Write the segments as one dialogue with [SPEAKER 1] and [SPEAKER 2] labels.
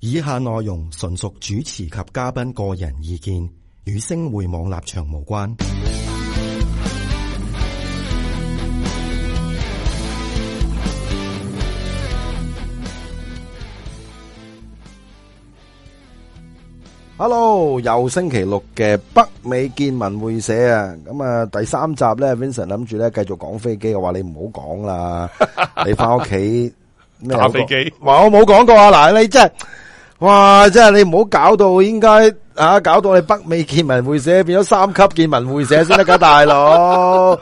[SPEAKER 1] 以下內容純屬主持及嘉賓個人意見，與星匯網立場無關。
[SPEAKER 2] Hello，又星期六嘅北美見聞會社啊，咁啊第三集咧，Vincent 諗住咧繼續講飛機，我話你唔好講啦，你翻屋企咩
[SPEAKER 3] 打飛機
[SPEAKER 2] 話我冇講過啊，嗱你真係，哇真係你唔好搞到應該啊，搞到你北美見聞會社變咗三級見聞會社先得噶，大佬，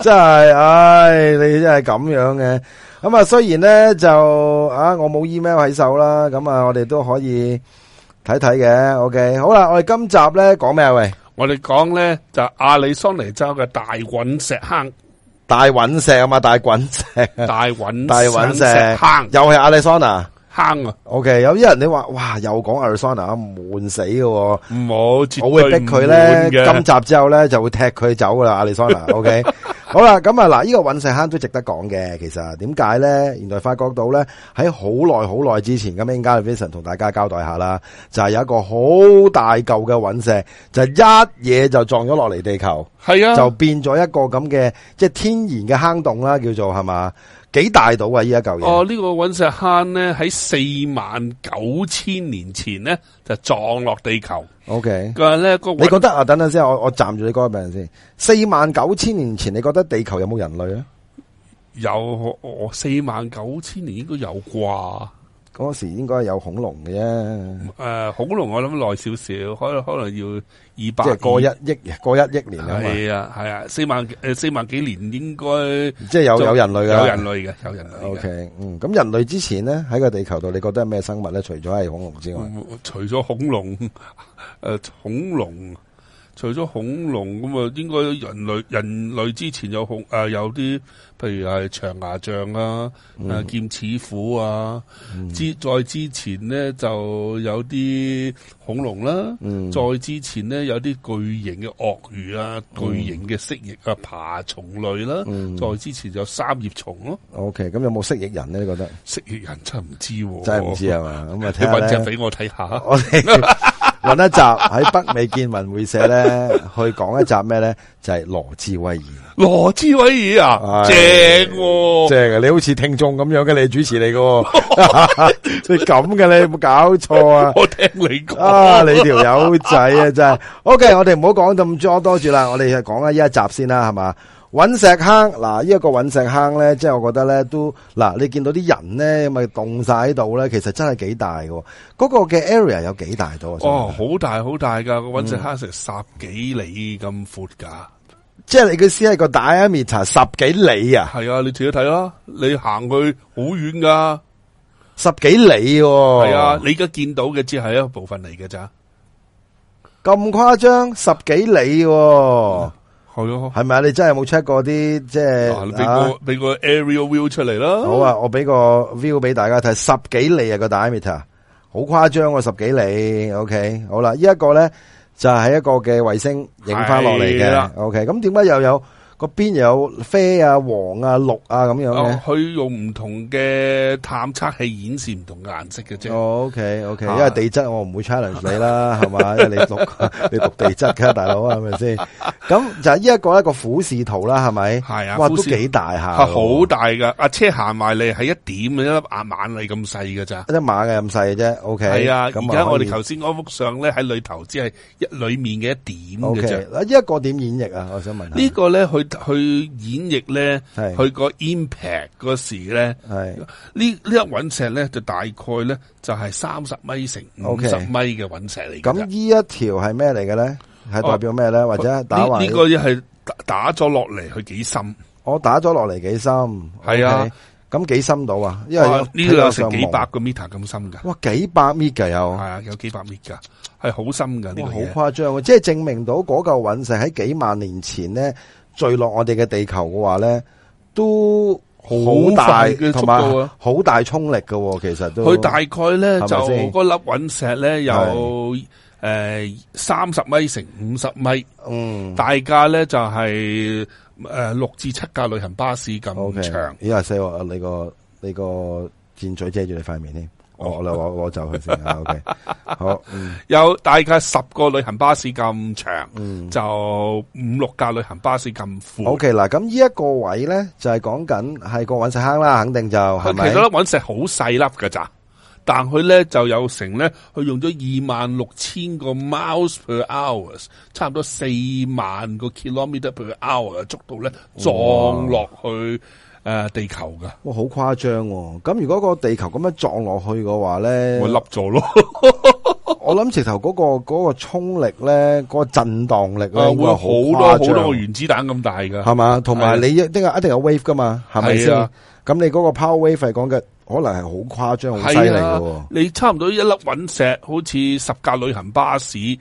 [SPEAKER 2] 真係，唉，你真係咁樣嘅，咁啊雖然咧就啊我冇 email 喺手啦，咁啊我哋都可以。睇睇嘅，OK，好啦，我哋今集咧講咩啊？喂，
[SPEAKER 3] 我哋講咧就阿里桑尼州嘅大滾石坑，
[SPEAKER 2] 大陨石啊嘛，大陨石，
[SPEAKER 3] 大滾
[SPEAKER 2] 啊大陨石
[SPEAKER 3] 坑
[SPEAKER 2] 又係阿里桑那
[SPEAKER 3] 坑啊，
[SPEAKER 2] ，OK，有啲人你話哇，又講阿里桑那啊，悶死嘅喎，
[SPEAKER 3] 唔好絕對
[SPEAKER 2] 我會逼佢咧，
[SPEAKER 3] 唔滿嘅
[SPEAKER 2] 今集之後咧就會踢佢走噶啦， 阿里桑那，OK。好啦，咁啊嗱，呢個陨石坑都值得講嘅，其實點解咧？原來發覺到咧喺好耐好耐之前，咁應該 Vincent 同大家交代下啦，就係、有一個好大嚿嘅陨石，就一嘢就撞咗落嚟地球。
[SPEAKER 3] 係啊，
[SPEAKER 2] 就變咗一個咁嘅即係天然嘅坑洞啦，叫做係嘛？幾大到啊！依一嚿嘢
[SPEAKER 3] 哦呢、個隕石坑咧喺四萬九千年前咧就撞落地球，
[SPEAKER 2] ，OK。
[SPEAKER 3] 佢話咧個
[SPEAKER 2] 你
[SPEAKER 3] 隕
[SPEAKER 2] 覺得啊？等等先，我我站住你嗰個病先。四萬九千年前，你覺得地球有冇人類啊？
[SPEAKER 3] 有我我四萬九千年應該有啩。
[SPEAKER 2] 嗰時應該有恐龍嘅啫，
[SPEAKER 3] 誒、恐龍我諗耐少少，可可能要二
[SPEAKER 2] 即
[SPEAKER 3] 百
[SPEAKER 2] 係過一億，過一億年啊嘛，
[SPEAKER 3] 係啊係啊，四萬誒四萬幾年應該有
[SPEAKER 2] 即係有有人類噶。
[SPEAKER 3] 人類嘅，有人類嘅。
[SPEAKER 2] OK，嗯，咁人類之前咧喺個地球度，你覺得係咩生物咧？除咗係恐龍之外，
[SPEAKER 3] 呃除咗恐龍， 誒、恐龍，除咗恐龍咁啊，應該人類人類之前有恐誒、呃有啲，譬如係長牙象啊、
[SPEAKER 2] 嗯
[SPEAKER 3] 誒劍齒虎啊，之再之前咧就有啲恐龍啦，
[SPEAKER 2] 嗯
[SPEAKER 3] 再之前咧有啲巨型嘅鱷魚啊、
[SPEAKER 2] 嗯
[SPEAKER 3] 巨型嘅蜥蜴啊、爬蟲類啦，再之前有三葉蟲咯、
[SPEAKER 2] OK，咁有冇蜥蜴人咧？你覺得
[SPEAKER 3] 蜥蜴人真係唔知、喎，
[SPEAKER 2] 真係唔知係嘛？咁啊，睇
[SPEAKER 3] 你
[SPEAKER 2] 下
[SPEAKER 3] 揾
[SPEAKER 2] 呢
[SPEAKER 3] 隻俾我睇下。
[SPEAKER 2] 我 哋揾一集喺北美見聞會社咧， 去講一集咩咧？就係羅志威爾，
[SPEAKER 3] 罗志威尔啊，
[SPEAKER 2] 哎
[SPEAKER 3] 正
[SPEAKER 2] 係
[SPEAKER 3] 喎、
[SPEAKER 2] 即係你好似聽眾咁樣嘅，你主持嚟 嘅，你咁嘅你有冇搞錯啊？
[SPEAKER 3] 我听你讲，
[SPEAKER 2] 啊！你條友仔啊，真 係 OK，我哋唔好講咁多多住啦，我哋講下呢一集先啦，係嘛？陨石坑嗱，呢一個陨石坑咧，即係我覺得咧都嗱，你見到啲人咧咪凍晒喺度咧，其實真係幾大嘅喎，嗰、個嘅 area 有幾大到啊？想問
[SPEAKER 3] 哦，好大好大噶，个搵石坑成十几里咁阔噶，
[SPEAKER 2] 即系你嘅意思系个 diameter 十几里啊，
[SPEAKER 3] 系啊，你自己睇啦，你行去好远
[SPEAKER 2] 哦
[SPEAKER 3] 噶，
[SPEAKER 2] 十几里喎、
[SPEAKER 3] 系啊，你而家见到嘅只系一部分嚟嘅咋，
[SPEAKER 2] 咁夸张，十几里喎、
[SPEAKER 3] 系咯，
[SPEAKER 2] 係系咪啊？你真系有冇 check 过啲即
[SPEAKER 3] 嗱，啊你
[SPEAKER 2] 系
[SPEAKER 3] 俾个俾个 aerial view 出嚟啦，
[SPEAKER 2] 好，啊？我俾个 view 俾大家睇，十几里啊个 diameter，好夸张喎，十几里。OK，好啦，呢一个咧就系、一个嘅卫星影翻落嚟
[SPEAKER 3] 係啦
[SPEAKER 2] 嘅。OK，咁点解又有个边有啡啊、黄啊、绿啊咁样
[SPEAKER 3] 哦
[SPEAKER 2] 嘅
[SPEAKER 3] 佢用唔同嘅探测器演示唔同嘅颜色嘅
[SPEAKER 2] 哦
[SPEAKER 3] 啫，
[SPEAKER 2] ？OK OK，
[SPEAKER 3] 啊
[SPEAKER 2] 因为地质我唔会 challenge 你 啦，系嘛？因为你读你读地质噶，大佬系咪先？咁就係呢一个一个俯视图啦，系咪？
[SPEAKER 3] 係啊
[SPEAKER 2] 哇，
[SPEAKER 3] 俯
[SPEAKER 2] 都
[SPEAKER 3] 視
[SPEAKER 2] 几大下
[SPEAKER 3] 係
[SPEAKER 2] 喎，
[SPEAKER 3] 啊好大噶，阿车行埋嚟系一点嘅一粒眼眼你咁细嘅咋。
[SPEAKER 2] 一隻馬嘅咁細嘅啫。O K，
[SPEAKER 3] 系啊，而
[SPEAKER 2] 咁
[SPEAKER 3] 家我哋
[SPEAKER 2] 求
[SPEAKER 3] 頭先嗰幅相咧喺裏頭只係一裏面嘅一點
[SPEAKER 2] O
[SPEAKER 3] 嘅
[SPEAKER 2] K，
[SPEAKER 3] 啫。
[SPEAKER 2] 嗱呢一個點演繹啊？我想問下
[SPEAKER 3] 呢個咧，佢佢演繹咧，
[SPEAKER 2] 係
[SPEAKER 3] 佢個 impact 嗰時咧，
[SPEAKER 2] 係
[SPEAKER 3] 呢呢一陨石咧就大概咧就係三十米乘五
[SPEAKER 2] OK
[SPEAKER 3] 十米嘅陨石嚟㗎。
[SPEAKER 2] 咁呢一條係咩嚟嘅咧？係代表咩咧？或者打橫
[SPEAKER 3] 哦呢呢個嘢係打打咗落嚟，佢幾深？
[SPEAKER 2] 我打咗落嚟幾深？
[SPEAKER 3] 係啊
[SPEAKER 2] OK，咁幾深到啊？因為
[SPEAKER 3] 哇呢
[SPEAKER 2] 睇
[SPEAKER 3] 個
[SPEAKER 2] 落上
[SPEAKER 3] 成幾百
[SPEAKER 2] 網，
[SPEAKER 3] 個 meter 咁深㗎，
[SPEAKER 2] 哇幾百米嘅有，
[SPEAKER 3] 係
[SPEAKER 2] 哇
[SPEAKER 3] 啊，有幾百米㗎，係好深㗎呢個嘢。
[SPEAKER 2] 哦好誇張喎！即係證明到嗰嚿陨石喺幾萬年前咧墜落我哋嘅地球嘅話咧，都好大
[SPEAKER 3] 快嘅
[SPEAKER 2] 同
[SPEAKER 3] 速度
[SPEAKER 2] 埋
[SPEAKER 3] 啊
[SPEAKER 2] 好大衝力嘅喎，其實都
[SPEAKER 3] 佢大概咧
[SPEAKER 2] 係
[SPEAKER 3] 就
[SPEAKER 2] 咪先
[SPEAKER 3] 嗰粒陨石咧有诶三十米乘五十米，
[SPEAKER 2] 嗯
[SPEAKER 3] 大架咧就係诶六至七架旅行巴士
[SPEAKER 2] O K，
[SPEAKER 3] 咁長。
[SPEAKER 2] 咦啊死我！你個你個箭嘴遮住你塊面添。我啦，我我就去先 啊。OK，好，嗯
[SPEAKER 3] 有大概十個旅行巴士咁長，就五六架旅行巴士咁闊。
[SPEAKER 2] ，OK 嗱，咁呢一個位咧就係講緊係個陨石坑啦，肯定就係
[SPEAKER 3] 佢其
[SPEAKER 2] 咪
[SPEAKER 3] 實？粒隕石好細粒㗎咋，但佢咧就有成咧，佢用咗二萬六千個 miles per hours，差唔多四萬個 kilometer per hour 嘅速度咧撞落去诶、呃地球㗎，
[SPEAKER 2] 哇，好誇張喎！咁如果個地球咁樣撞落去嘅話咧，
[SPEAKER 3] 咪
[SPEAKER 2] 我
[SPEAKER 3] 凹咗咯，
[SPEAKER 2] 諗直頭嗰個嗰個衝力咧，嗰個震盪力咧，
[SPEAKER 3] 啊
[SPEAKER 2] 應該
[SPEAKER 3] 會好多好
[SPEAKER 2] 誇張
[SPEAKER 3] 多個原子彈咁大㗎。
[SPEAKER 2] 係嘛？同埋
[SPEAKER 3] 係啊
[SPEAKER 2] 你一定一定有 wave 噶嘛，係咪先
[SPEAKER 3] 係啊？
[SPEAKER 2] 咁你嗰個 power wave 係講嘅，可能係好誇張、好犀利嘅
[SPEAKER 3] 係
[SPEAKER 2] 喎
[SPEAKER 3] 啊。你差唔多一粒隕石，好似十架旅行巴士，誒、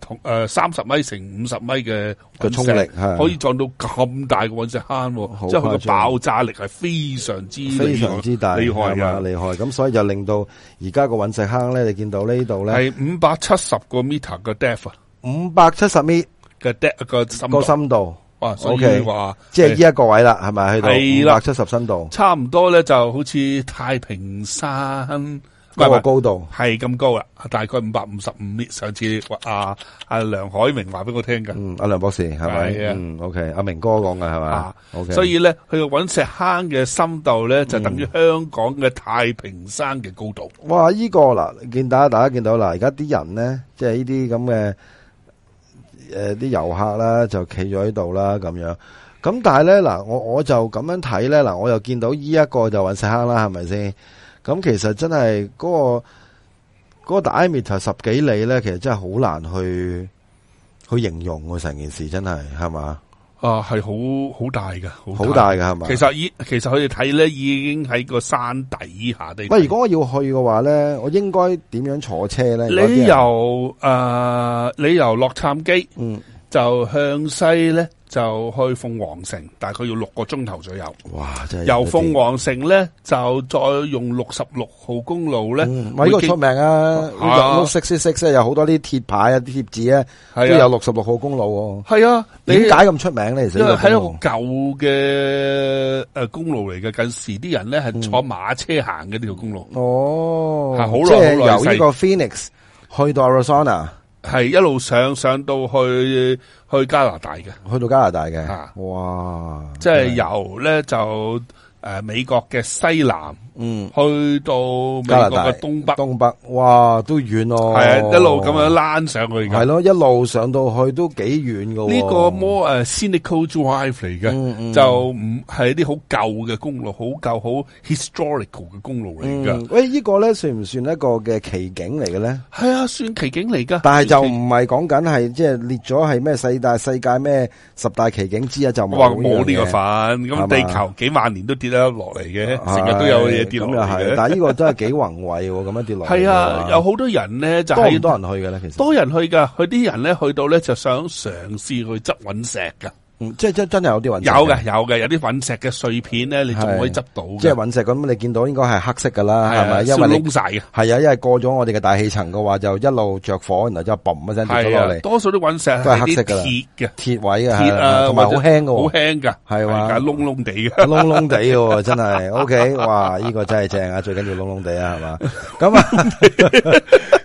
[SPEAKER 3] 同誒三十米乘五十米嘅
[SPEAKER 2] 嘅
[SPEAKER 3] 隕
[SPEAKER 2] 衝
[SPEAKER 3] 石
[SPEAKER 2] 力係
[SPEAKER 3] 可以撞到咁大嘅隕石坑
[SPEAKER 2] 好
[SPEAKER 3] 喎，即係佢
[SPEAKER 2] 誇
[SPEAKER 3] 嘅
[SPEAKER 2] 張
[SPEAKER 3] 爆炸力係非常之厲害
[SPEAKER 2] 非常之大，
[SPEAKER 3] 厲害啊
[SPEAKER 2] 係嘛
[SPEAKER 3] 㗎，
[SPEAKER 2] 厲害。咁所以就令到而家個隕石坑咧，你見到呢度咧，
[SPEAKER 3] 係五百七十個 meter 嘅 depth 啊
[SPEAKER 2] 五百七十米
[SPEAKER 3] 嘅 depth 嘅深
[SPEAKER 2] 個
[SPEAKER 3] 度，
[SPEAKER 2] 深度，
[SPEAKER 3] 哇！所
[SPEAKER 2] OK，
[SPEAKER 3] 以話
[SPEAKER 2] 即係
[SPEAKER 3] 係
[SPEAKER 2] 呢一個位啦，係咪去到
[SPEAKER 3] 係
[SPEAKER 2] 五
[SPEAKER 3] 啦
[SPEAKER 2] 百七十深度
[SPEAKER 3] 差唔多咧，就好似太平山唔
[SPEAKER 2] 嗰
[SPEAKER 3] 係唔
[SPEAKER 2] 個
[SPEAKER 3] 係
[SPEAKER 2] 高度？
[SPEAKER 3] 係咁高啦，啊大概五百五十五米。上次阿阿梁海明話俾我聽㗎。
[SPEAKER 2] 嗯，阿梁博士係咪？
[SPEAKER 3] 係啊
[SPEAKER 2] 嗯，OK，阿明哥講嘅係嘛
[SPEAKER 3] 啊
[SPEAKER 2] ？OK，
[SPEAKER 3] 所以咧，佢嘅揾石坑嘅深度咧，就等於香港嘅太平山嘅高度。
[SPEAKER 2] 哇！依、個嗱，見大家大家見到嗱，而家啲人咧，即係呢啲咁嘅誒啲遊客啦，就企咗喺度啦咁樣。咁但係咧嗱，我我就咁樣睇咧嗱，我又見到依一個就隕石坑啦，係咪先？咁其實真係嗰、個嗰、個 diameter 十幾里咧，其實真係好難去去形容喎，成件事真係係嘛，
[SPEAKER 3] 啊，係好好大嘅，
[SPEAKER 2] 好大嘅係嘛。
[SPEAKER 3] 其實已其實佢哋睇咧，已經喺個山底下地。
[SPEAKER 2] 喂，如果我要去嘅話咧，我應該點樣坐車咧？如果啲
[SPEAKER 3] 你
[SPEAKER 2] 人
[SPEAKER 3] 由诶、呃你由洛杉磯
[SPEAKER 2] 嗯，
[SPEAKER 3] 就向西咧，就去鳳凰城，大概要六個鐘頭左右。
[SPEAKER 2] 哇！真係
[SPEAKER 3] 由
[SPEAKER 2] 哎有啲
[SPEAKER 3] 鳳凰城咧，就再用六十六號公路咧，
[SPEAKER 2] 嗯，咪呢個
[SPEAKER 3] 會經
[SPEAKER 2] 出名啊！
[SPEAKER 3] 啊
[SPEAKER 2] 呢個 six six 咧有好多啲鐵牌啊、啲貼紙咧，
[SPEAKER 3] 係
[SPEAKER 2] 都有
[SPEAKER 3] 啊，
[SPEAKER 2] 六十六號公路
[SPEAKER 3] 係啊，
[SPEAKER 2] 喎。
[SPEAKER 3] 你
[SPEAKER 2] 點解咁出名咧？其實
[SPEAKER 3] 因為
[SPEAKER 2] 呢個
[SPEAKER 3] 喺一
[SPEAKER 2] 公路
[SPEAKER 3] 個舊嘅诶公路嚟嘅，近時啲人咧
[SPEAKER 2] 嗯
[SPEAKER 3] 係坐馬車行嘅呢條公路，
[SPEAKER 2] 哦，
[SPEAKER 3] 係好耐
[SPEAKER 2] 即係
[SPEAKER 3] 好耐
[SPEAKER 2] 由呢個 Phoenix 去到 Arizona，
[SPEAKER 3] 係一路上上到去去加拿大嘅，
[SPEAKER 2] 去到加拿大嘅
[SPEAKER 3] 啊。
[SPEAKER 2] 哇！
[SPEAKER 3] 即係由咧就诶美國嘅西南
[SPEAKER 2] 嗯
[SPEAKER 3] 去到
[SPEAKER 2] 加拿
[SPEAKER 3] 美國
[SPEAKER 2] 大哦
[SPEAKER 3] 嘅東北，
[SPEAKER 2] 東北，哇都遠哦。
[SPEAKER 3] 係啊一路咁樣躝上去
[SPEAKER 2] 係
[SPEAKER 3] 嘅。
[SPEAKER 2] 咯，一路上到去都幾遠噶。
[SPEAKER 3] 呢個 more 诶 scenical drive 嚟嘅。
[SPEAKER 2] 嗯嗯
[SPEAKER 3] 就唔係啲好舊嘅公路，好舊好 historical 嘅公路嚟㗎。
[SPEAKER 2] 嗯喂，呢個咧算唔算一個嘅奇景嚟嘅咧？
[SPEAKER 3] 係啊，算奇景嚟㗎。
[SPEAKER 2] 但系就唔係講緊係即係列咗係咩四大世界咩十大奇景之一就冇
[SPEAKER 3] 哇！冇呢
[SPEAKER 2] 樣
[SPEAKER 3] 個
[SPEAKER 2] 嘢
[SPEAKER 3] 份，
[SPEAKER 2] 係嘛
[SPEAKER 3] 咁地球幾萬年都跌得落嚟嘅，成日都有嘢跌落
[SPEAKER 2] 係咁
[SPEAKER 3] 嚟
[SPEAKER 2] 又係
[SPEAKER 3] 嘅。
[SPEAKER 2] 但係呢個真係幾宏偉喎，咁樣跌落嚟嘅話。
[SPEAKER 3] 係啊，有好多人咧就
[SPEAKER 2] 多唔
[SPEAKER 3] 係
[SPEAKER 2] 多人去嘅咧？其實
[SPEAKER 3] 多人去㗎，佢啲人咧去到咧就想嘗試去執隕石㗎。
[SPEAKER 2] 嗯即係真真係有啲隕石
[SPEAKER 3] 有嘅，有嘅，有啲隕石嘅碎片咧，你仲可以執到嘅。
[SPEAKER 2] 即係隕石咁，你見到應該係黑色㗎啦，
[SPEAKER 3] 係
[SPEAKER 2] 係
[SPEAKER 3] 啊
[SPEAKER 2] 咪？因
[SPEAKER 3] 燒
[SPEAKER 2] 為你
[SPEAKER 3] 窿晒嘅。
[SPEAKER 2] 係啊，因為過咗我哋嘅大氣層嘅話，就一路着火，然後就嘣一聲跌咗
[SPEAKER 3] 係
[SPEAKER 2] 落
[SPEAKER 3] 啊，
[SPEAKER 2] 嚟，
[SPEAKER 3] 多數啲隕石
[SPEAKER 2] 都係
[SPEAKER 3] 係
[SPEAKER 2] 黑色
[SPEAKER 3] 啲
[SPEAKER 2] 㗎啦
[SPEAKER 3] 鐵嘅，
[SPEAKER 2] 鐵位啊，
[SPEAKER 3] 鐵
[SPEAKER 2] 係
[SPEAKER 3] 啊，
[SPEAKER 2] 同埋好
[SPEAKER 3] 或者
[SPEAKER 2] 輕嘅
[SPEAKER 3] 好
[SPEAKER 2] 喎。
[SPEAKER 3] 輕㗎，
[SPEAKER 2] 係嘛
[SPEAKER 3] 㗎 窿窿地嘅。
[SPEAKER 2] 窿窿地喎，真係 OK，哇！呢、個真係正啊，最緊要窿窿地啊，係嘛？咁啊，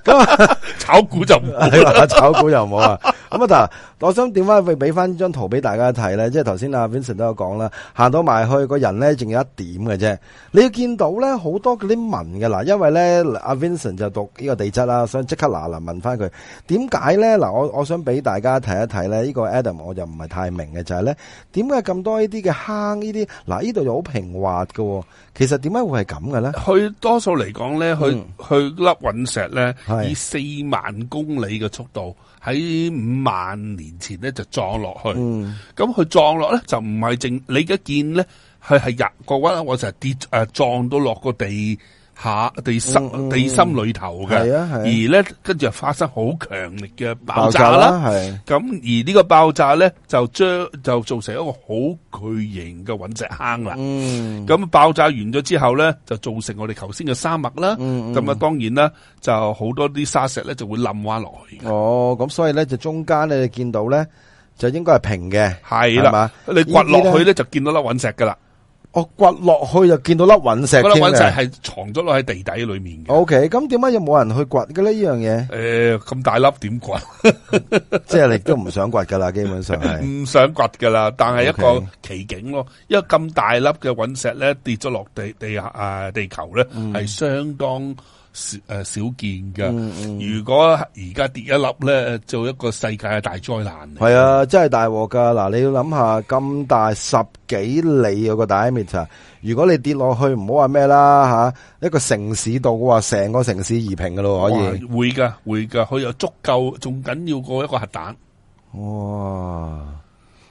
[SPEAKER 2] 咁啊。
[SPEAKER 3] 炒股就唔好
[SPEAKER 2] 你話啊炒股又冇啊？ 咁啊，但係我想點翻俾翻張圖俾大家睇咧，即係頭先阿 Vincent 都有講啦，行到埋去個人咧，仲有一點嘅啫。你要見到咧好多嗰啲文嘅嗱，因為咧阿 Vincent 就讀呢個地質啦，想即刻嗱嗱問翻佢點解咧嗱？我我想俾大家睇一睇咧，呢、個 Adam 我就唔係太明嘅，就係咧點解咁多呢啲嘅坑呢啲嗱？呢度又好平滑嘅喎，其實點解會係咁嘅咧？
[SPEAKER 3] 佢多數嚟講咧，佢佢粒隕石咧
[SPEAKER 2] 嗯係，
[SPEAKER 3] 以四萬公里嘅速度喺五萬年前咧就撞落去。
[SPEAKER 2] 嗯，
[SPEAKER 3] 咁佢、撞落咧就唔係淨你而家見咧，佢係入個彎，我就係跌誒、呃撞到落個地下地心、
[SPEAKER 2] 嗯嗯
[SPEAKER 3] 地心裏頭嘅。
[SPEAKER 2] 係啊係啊
[SPEAKER 3] 而咧跟住就發生好強烈嘅爆
[SPEAKER 2] 炸
[SPEAKER 3] 炸啦。
[SPEAKER 2] 係。
[SPEAKER 3] 咁而呢個爆炸咧就將就造成一個好巨型嘅隕石坑啦。
[SPEAKER 2] 嗯，
[SPEAKER 3] 咁爆炸完咗之後咧，就造成我哋頭先嘅沙漠啦。
[SPEAKER 2] 嗯嗯
[SPEAKER 3] 咁啊、當然啦，就好多啲沙石咧就會冧彎落去嘅。
[SPEAKER 2] 哦，咁所以咧就中間咧你見到咧就應該係平嘅，
[SPEAKER 3] 係
[SPEAKER 2] 係
[SPEAKER 3] 啦，
[SPEAKER 2] 嘛？
[SPEAKER 3] 你掘落去咧就見到粒隕石噶啦。
[SPEAKER 2] 我哦掘落去就見到粒哦隕石
[SPEAKER 3] 嗰粒
[SPEAKER 2] 添嘅。
[SPEAKER 3] 隕石係藏咗落喺地底裏面嘅。
[SPEAKER 2] O K，咁點解又冇人去掘嘅呢？ 呢
[SPEAKER 3] 诶，咁、大粒點掘？
[SPEAKER 2] 樣嘢即係你都唔想掘噶啦，基本上係。
[SPEAKER 3] 唔想掘噶啦，但係一
[SPEAKER 2] OK
[SPEAKER 3] 個奇景咯。因為咁大粒嘅隕石咧跌咗落地地下啊地球咧，
[SPEAKER 2] 嗯
[SPEAKER 3] 係相當少诶少見噶。
[SPEAKER 2] 嗯
[SPEAKER 3] 如果而家跌一粒咧，就一個世界嘅大災難嚟。
[SPEAKER 2] 係啊，真係大鑊噶。嗱，你要諗下咁大十幾里有個 diameter，如果你跌落去，唔好話咩啦吓，一個城市度嘅話，成個城市移平噶咯，可以。
[SPEAKER 3] 哇會噶會噶，佢有足夠，仲緊要過一個核彈。
[SPEAKER 2] 哇！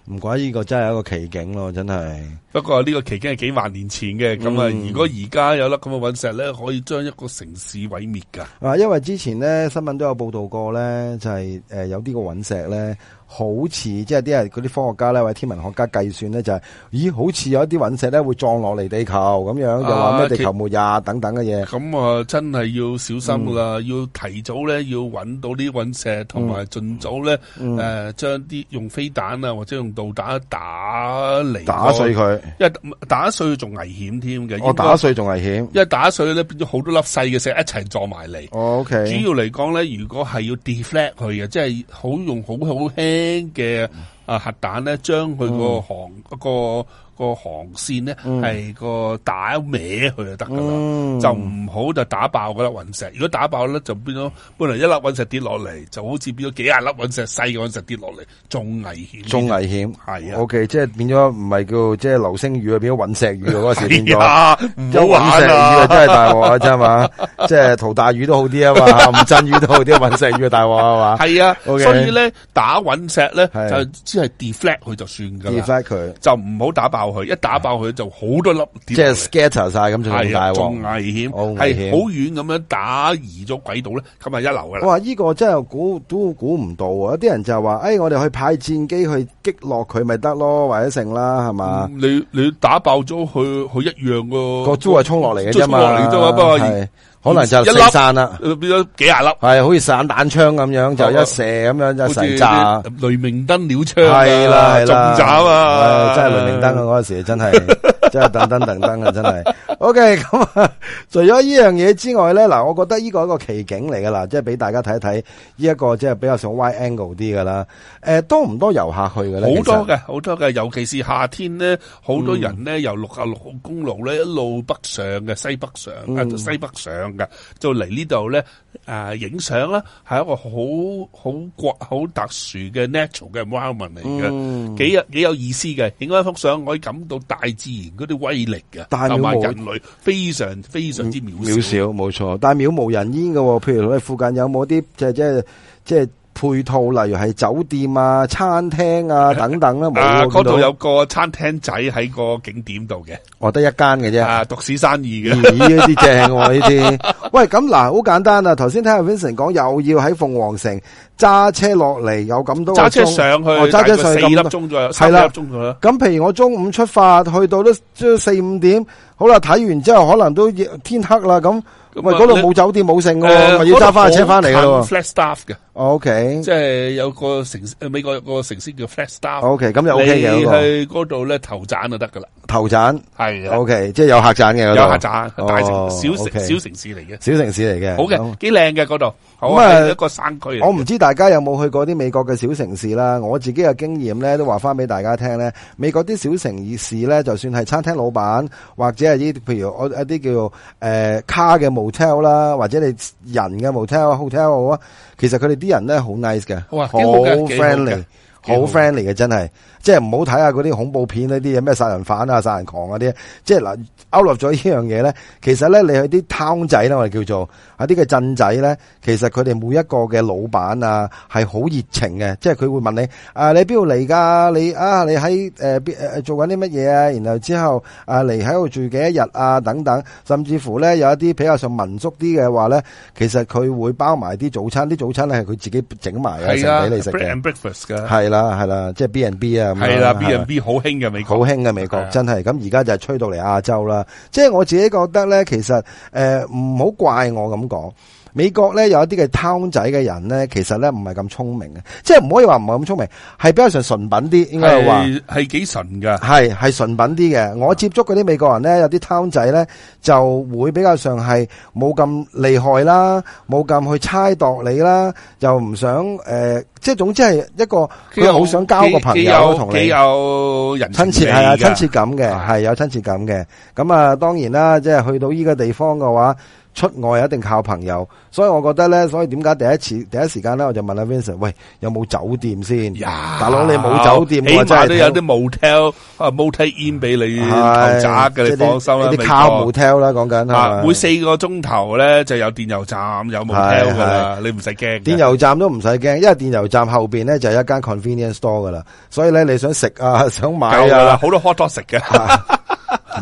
[SPEAKER 2] 唔怪呢個真係一個奇景咯，真係。
[SPEAKER 3] 不過呢個期間係幾萬年前嘅，咁啊、
[SPEAKER 2] 嗯
[SPEAKER 3] 如果而家有粒咁嘅隕石咧，可以將一個城市毀滅㗎。
[SPEAKER 2] 啊，因為之前咧新聞都有報道過咧，就係、呃有啲個隕石咧，好似即係啲人嗰啲科學家咧或者天文學家計算咧，就係、咦，好似有一啲隕石咧會撞落嚟地球咁樣，又話咩
[SPEAKER 3] 啊
[SPEAKER 2] 地球
[SPEAKER 3] 其
[SPEAKER 2] 末日等等嘅嘢。
[SPEAKER 3] 咁啊，真係要小心㗎
[SPEAKER 2] 嗯
[SPEAKER 3] 啦，要提早咧要揾到啲隕石，同埋盡早咧
[SPEAKER 2] 嗯
[SPEAKER 3] 誒將啲用飛彈啊或者用導彈打嚟
[SPEAKER 2] 打碎，佢，
[SPEAKER 3] 因為打碎仲危險添嘅。
[SPEAKER 2] 我
[SPEAKER 3] 應該
[SPEAKER 2] 打，碎仲危險。
[SPEAKER 3] 因為打碎咧變咗好多粒細嘅石一齊撞埋嚟。
[SPEAKER 2] O
[SPEAKER 3] 主
[SPEAKER 2] K，
[SPEAKER 3] 要嚟講咧，如果係要 deflect 佢嘅，即係好用好好輕嘅啊核彈咧，將佢
[SPEAKER 2] 嗯
[SPEAKER 3] 個航個個航線咧係個打歪佢就得噶啦，
[SPEAKER 2] 嗯
[SPEAKER 3] 就唔好就打爆嗰粒隕石。如果打爆咧，就變咗本來一粒隕石跌落嚟，就好似變咗幾廿粒隕石細嘅隕石跌落嚟，仲危險。
[SPEAKER 2] 仲危險。
[SPEAKER 3] 係啊
[SPEAKER 2] O K，即係變咗唔係叫即係流星雨啊，變咗隕石雨啊嗰 陣時變
[SPEAKER 3] 係
[SPEAKER 2] 咗。
[SPEAKER 3] 啊，唔好
[SPEAKER 2] 有隕石
[SPEAKER 3] 玩
[SPEAKER 2] 雨啊，
[SPEAKER 3] 啊！
[SPEAKER 2] 真係大鑊啊，真係嘛？即係陶大魚都好啲啊嘛，吳鎮魚都好啲， 隕石雨啊大鑊啊嘛
[SPEAKER 3] 係啊，
[SPEAKER 2] OK
[SPEAKER 3] 所以咧打隕石咧
[SPEAKER 2] 係
[SPEAKER 3] 就只係 deflect 佢就算噶啦。
[SPEAKER 2] ，deflect 佢。
[SPEAKER 3] 就唔好打爆佢，一打爆佢就好多粒
[SPEAKER 2] 即
[SPEAKER 3] 跌
[SPEAKER 2] 系
[SPEAKER 3] 落嚟，
[SPEAKER 2] scatter 晒咁就仲
[SPEAKER 3] 係啊
[SPEAKER 2] 大
[SPEAKER 3] 仲
[SPEAKER 2] 鑊。
[SPEAKER 3] 危險，
[SPEAKER 2] 好危
[SPEAKER 3] 係
[SPEAKER 2] 險
[SPEAKER 3] 好遠咁樣打移咗軌道咧，咁啊一流噶啦。
[SPEAKER 2] 哇！呢、個真係估都估唔到啊！有啲人就係話：，诶、我哋去派戰機去擊落佢咪得咯，或者成啦，係嘛？
[SPEAKER 3] 你你打爆咗佢，佢一樣個
[SPEAKER 2] 個珠係衝落嚟嘅啫嘛，
[SPEAKER 3] 嗯衝落嚟啫嘛，不過
[SPEAKER 2] 係可能就
[SPEAKER 3] 一
[SPEAKER 2] 四
[SPEAKER 3] 粒
[SPEAKER 2] 散啦，
[SPEAKER 3] 呃變咗幾廿粒，
[SPEAKER 2] 係好似散彈槍咁樣，就一射咁樣就成炸
[SPEAKER 3] 哦好，似啲雷明燈鳥槍啊
[SPEAKER 2] 係啦係
[SPEAKER 3] 中
[SPEAKER 2] 啦，
[SPEAKER 3] 炸啊，
[SPEAKER 2] 係真係雷明燈啊！嗰陣時真係真係噔噔噔噔啊！真係。OK，咁啊，除咗呢樣嘢之外咧，嗱，我覺得呢個係一個奇景嚟噶啦，即係俾大家睇一睇呢一個即係比較上 wide angle 啲噶啦。誒，多唔多遊客去嘅咧？
[SPEAKER 3] 好多
[SPEAKER 2] 其實嗯
[SPEAKER 3] 嘅，好多嘅，尤其是夏天咧，好多人咧由六啊六號公路咧一路北上嘅，西北上
[SPEAKER 2] 嗯
[SPEAKER 3] 啊，西北上嘅，就嚟呢度咧啊影相啦，係一個好好國好特殊嘅 natural 嘅 environment 嚟
[SPEAKER 2] 嗯
[SPEAKER 3] 嘅，幾有幾有意思嘅。影一幅相，我可以感到大自然嗰啲威力
[SPEAKER 2] 但係
[SPEAKER 3] 嘅，同埋
[SPEAKER 2] 渺無
[SPEAKER 3] 人類非常非常之
[SPEAKER 2] 渺
[SPEAKER 3] 渺
[SPEAKER 2] 小，嗯冇錯，但係渺無人煙嘅喎。譬如你附近有冇啲即係即係即係配套，例如係酒店啊、餐廳啊等等啦，冇
[SPEAKER 3] 啊！
[SPEAKER 2] 喎
[SPEAKER 3] 嗰度，
[SPEAKER 2] 見
[SPEAKER 3] 有
[SPEAKER 2] 到
[SPEAKER 3] 個餐廳仔喺個景點度嘅，
[SPEAKER 2] 我得一間嘅啫。
[SPEAKER 3] 啊，獨市生 意嘅。
[SPEAKER 2] 咦，呢啲正喎呢啲。喂，咁嗱，好簡單啊！頭先聽阿 Vincent 講，又要喺鳳凰城揸車落嚟，有咁多個
[SPEAKER 3] 揸車
[SPEAKER 2] 鐘
[SPEAKER 3] 上去，
[SPEAKER 2] 哦揸車上
[SPEAKER 3] 大概
[SPEAKER 2] 去
[SPEAKER 3] 四粒
[SPEAKER 2] 咁多。
[SPEAKER 3] 鐘左右，
[SPEAKER 2] 係
[SPEAKER 3] 三
[SPEAKER 2] 啦
[SPEAKER 3] 粒鐘左右。
[SPEAKER 2] 咁譬如我中午出發，去到都都四五點，好啦，睇完之後可能都夜天黑啦，咁喂嗰度冇酒店冇剩嘅喎，咪要揸翻架車翻嚟嘅咯喎。
[SPEAKER 3] Flat Staff 嘅，
[SPEAKER 2] O K
[SPEAKER 3] 即係有個城市，美國有個城市叫 Flat Staff。
[SPEAKER 2] O K，咁就 O K 嘅
[SPEAKER 3] 你
[SPEAKER 2] 嗰個
[SPEAKER 3] 去嗰度咧投盞就得噶啦，
[SPEAKER 2] 頭盞
[SPEAKER 3] 係啊，
[SPEAKER 2] ，O K，即係有客棧嘅嗰
[SPEAKER 3] 有
[SPEAKER 2] 度
[SPEAKER 3] 下盞，大城
[SPEAKER 2] 哦
[SPEAKER 3] 小
[SPEAKER 2] OK
[SPEAKER 3] 城小城市嚟嘅，
[SPEAKER 2] 小城市嚟嘅，
[SPEAKER 3] 好
[SPEAKER 2] 咁
[SPEAKER 3] 嘅，幾靚嘅嗰度，好
[SPEAKER 2] 咁啊
[SPEAKER 3] 啊，係一個山區嚟嘅。
[SPEAKER 2] 我唔知大家有冇去過啲美國嘅小城市啦，我自己嘅經驗咧都話翻俾大家聽咧，美國啲小城市咧，就算係餐廳老闆或者係呢啲，譬如我一啲叫做誒 car 嘅 motel 啦，或者你人嘅 motel hotel 好啊，其實佢哋啲人咧好 nice 嘅，
[SPEAKER 3] 哇
[SPEAKER 2] 好
[SPEAKER 3] 幾好嘅幾好嘅
[SPEAKER 2] friendly。好
[SPEAKER 3] 幾好
[SPEAKER 2] friendly 嘅真係，即係唔好睇下嗰啲恐怖片呢啲嘢，咩殺人犯啊、殺人狂啊啲，即係嗱勾落咗呢樣嘢咧。其實咧，你去啲 town 仔啦，我哋叫做啊啲嘅鎮仔咧，其實佢哋每一個嘅老闆啊係好熱情嘅，即係佢會問你啊，你邊度嚟㗎？你啊，你喺誒邊誒做緊啲乜嘢啊？然後之後啊嚟喺度住幾一日啊等等，甚至乎咧有一啲比較上民宿啲嘅話咧，其實佢會包埋啲早餐，啲早餐咧係佢自己整埋嘅，
[SPEAKER 3] 係啊
[SPEAKER 2] 成俾你食嘅
[SPEAKER 3] ，bread。and breakfast 嘅，
[SPEAKER 2] 系啦，系啦，即系 B and B 啊，咁樣
[SPEAKER 3] 係啦
[SPEAKER 2] 係
[SPEAKER 3] ，B and B 好興嘅美
[SPEAKER 2] 好
[SPEAKER 3] 國，
[SPEAKER 2] 興嘅美國
[SPEAKER 3] 係啊
[SPEAKER 2] 真係，咁而家就係吹呃到嚟亞洲啦。即係我自己覺得咧，其實誒唔好怪我咁講。美國咧有一啲嘅 town 仔嘅人咧，其實咧唔係咁聰明嘅，即係唔可以話唔係咁聰明，係比較上純品啲，應該係話。
[SPEAKER 3] 系几神噶，
[SPEAKER 2] 系系純品啲嘅。我接觸嗰啲美國人咧，有啲 town 仔咧就會比較上係冇咁厲害啦，冇咁去猜度你啦，又唔想诶、呃即係總之係一個佢又好想交個朋友咯同
[SPEAKER 3] 幾
[SPEAKER 2] 你
[SPEAKER 3] 有人
[SPEAKER 2] 親切
[SPEAKER 3] 味
[SPEAKER 2] 係啊，
[SPEAKER 3] 㗎
[SPEAKER 2] 親切感嘅
[SPEAKER 3] 係
[SPEAKER 2] 係有親切感嘅。咁啊，當然啦，即係去到依個地方嘅話。出外一定靠朋友，所以我覺得咧，所以點解第一次第一時間咧，我就問阿 Vincent，喂，有冇酒店先？
[SPEAKER 3] 呀
[SPEAKER 2] 大佬你冇酒店
[SPEAKER 3] 起
[SPEAKER 2] 我真
[SPEAKER 3] 碼
[SPEAKER 2] 係
[SPEAKER 3] 都
[SPEAKER 2] 聽
[SPEAKER 3] 有啲 motel 啊 motel in 俾你
[SPEAKER 2] 係
[SPEAKER 3] 投宅嘅，
[SPEAKER 2] 即
[SPEAKER 3] 你
[SPEAKER 2] 係啲
[SPEAKER 3] 放心啦。
[SPEAKER 2] 呢
[SPEAKER 3] 美
[SPEAKER 2] 啲靠
[SPEAKER 3] 國
[SPEAKER 2] motel 啦，講緊係
[SPEAKER 3] 啊，
[SPEAKER 2] 咪
[SPEAKER 3] 每四個鐘頭咧就有電油站有 motel 噶啦，你唔使驚嘅。
[SPEAKER 2] 電油站都唔使驚，因為電油站後边咧就有一間 convenience store 噶啦，所以咧你想食啊， 想買
[SPEAKER 3] 夠㗎啦，
[SPEAKER 2] 啊，
[SPEAKER 3] 好多 hot dog 食嘅。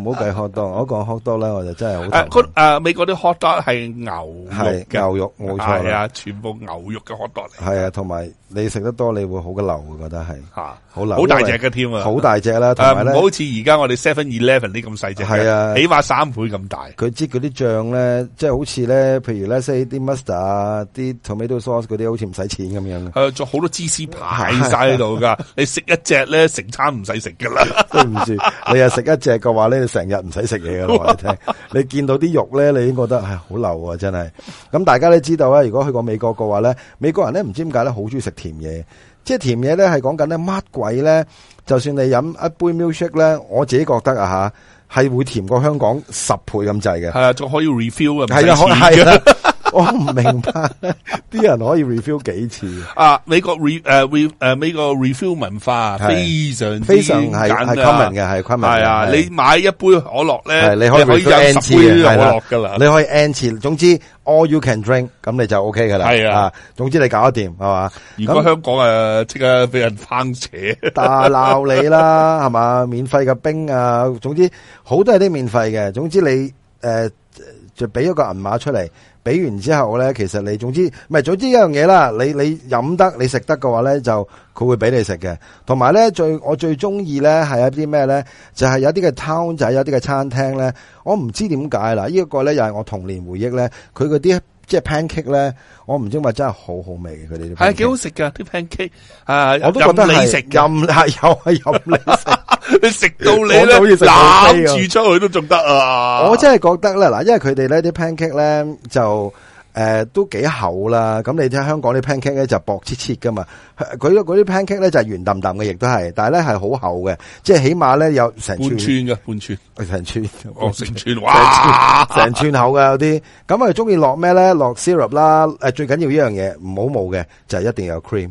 [SPEAKER 2] 唔好計 hot dog，我講 hot dog 咧我就真係好
[SPEAKER 3] 诶，
[SPEAKER 2] 頭
[SPEAKER 3] 嗰诶美國啲 hot dog 係牛肉
[SPEAKER 2] 係牛肉冇錯
[SPEAKER 3] 係
[SPEAKER 2] 啦，
[SPEAKER 3] 啊，全部牛肉嘅 hot dog 嚟
[SPEAKER 2] 係啊，同埋你食得多你會好嘅流，我覺得係
[SPEAKER 3] 吓，啊
[SPEAKER 2] 好流，
[SPEAKER 3] 好大隻
[SPEAKER 2] 因為
[SPEAKER 3] 嘅添啊，
[SPEAKER 2] 好大隻啦，同
[SPEAKER 3] 诶，
[SPEAKER 2] 埋
[SPEAKER 3] 唔
[SPEAKER 2] 咧
[SPEAKER 3] 好似而家我哋 Seven Eleven 呢咁細隻嘅，
[SPEAKER 2] 係啊
[SPEAKER 3] 起碼三倍咁大。
[SPEAKER 2] 佢擠嗰啲醬咧，即係好似咧，譬如咧 say 啲 mustard 啊，啲 tomato sauce 嗰啲，好似唔使錢咁樣嘅，啊
[SPEAKER 3] 诶，仲好多芝士排晒喺度噶， 你食一隻咧，成餐唔使食噶啦。
[SPEAKER 2] 對唔住，你又食一隻嘅話咧，你成日唔使食嘢嘅，我話你聽。你見到啲肉咧，你已經覺得唉好流啊，真係。咁大家都知道啦，啊如果去過美國嘅話咧，美國人咧唔知點解咧好中意食甜嘢，即係甜嘢咧係講緊咧乜鬼咧，就算你飲一杯 milkshake 咧，我自己覺得啊吓係會甜過香港十倍咁滯嘅。
[SPEAKER 3] 係啊，仲可以 refill 啊，唔
[SPEAKER 2] 係
[SPEAKER 3] 使
[SPEAKER 2] 啊，
[SPEAKER 3] 錢
[SPEAKER 2] 可係啦，我唔明白咧，啲人可以 review 幾次。
[SPEAKER 3] 啊，美國 re 诶 re 诶美國 refill 文化
[SPEAKER 2] 係
[SPEAKER 3] 非常之
[SPEAKER 2] 非常係
[SPEAKER 3] 簡單
[SPEAKER 2] 係 common 嘅，係 common 嘅
[SPEAKER 3] 係啊，
[SPEAKER 2] 係
[SPEAKER 3] 你買一杯可樂咧，
[SPEAKER 2] 係
[SPEAKER 3] 你
[SPEAKER 2] 你可以
[SPEAKER 3] 可以
[SPEAKER 2] refill
[SPEAKER 3] 有
[SPEAKER 2] N
[SPEAKER 3] 十
[SPEAKER 2] 次
[SPEAKER 3] 杯
[SPEAKER 2] 嘅，
[SPEAKER 3] 可
[SPEAKER 2] 係啦
[SPEAKER 3] 樂噶啦。
[SPEAKER 2] 你可以 N 次，總之 all you can drink，咁你就 O K 噶啦。
[SPEAKER 3] 係啊，
[SPEAKER 2] 總之你搞得掂係嘛，
[SPEAKER 3] 如果香港诶即刻俾人 翻扯，
[SPEAKER 2] 大鬧你啦係嘛，免費嘅冰啊，總之好多係啲免費嘅，總之你诶就俾一個銀碼出嚟。俾完之後咧，其實你總之唔係總之一樣嘢啦，你你飲得你食得嘅話咧，就佢會俾你食嘅。同埋咧，最我最中意咧係一啲咩咧，就係、有啲嘅 town 仔，有啲嘅餐廳咧，我唔知點解啦。呢、一個咧又係我童年回憶咧，佢嗰啲即係 pancake 咧，我唔知點解真係好好味嘅佢哋啲 pancake。
[SPEAKER 3] 係幾好食啊噶啲 pancake 啊，
[SPEAKER 2] 我都覺得
[SPEAKER 3] 任
[SPEAKER 2] 係
[SPEAKER 3] 你食啊㗎，
[SPEAKER 2] 任係 有係任你 食。
[SPEAKER 3] 你食到你
[SPEAKER 2] 講到好
[SPEAKER 3] 咧
[SPEAKER 2] 似食到飛
[SPEAKER 3] 攬
[SPEAKER 2] 啊
[SPEAKER 3] 住出去都仲得啊！
[SPEAKER 2] 我真係覺得咧，嗱，因為佢哋呢啲 pancake 咧就诶、呃都幾厚啦。咁你睇香港啲 pancake 咧就薄切切噶嘛，佢嗰啲 pancake 咧就係圓揼揼嘅，亦都係，但係咧係好厚嘅，即係起碼咧有成
[SPEAKER 3] 半
[SPEAKER 2] 寸
[SPEAKER 3] 寸嘅半寸，
[SPEAKER 2] 成寸，
[SPEAKER 3] 哦成寸，哇！
[SPEAKER 2] 成寸厚嘅有啲。咁啊，中意落咩咧？落 syrup 啦。诶，最緊要一樣嘢唔好冇嘅就係一定有 cream。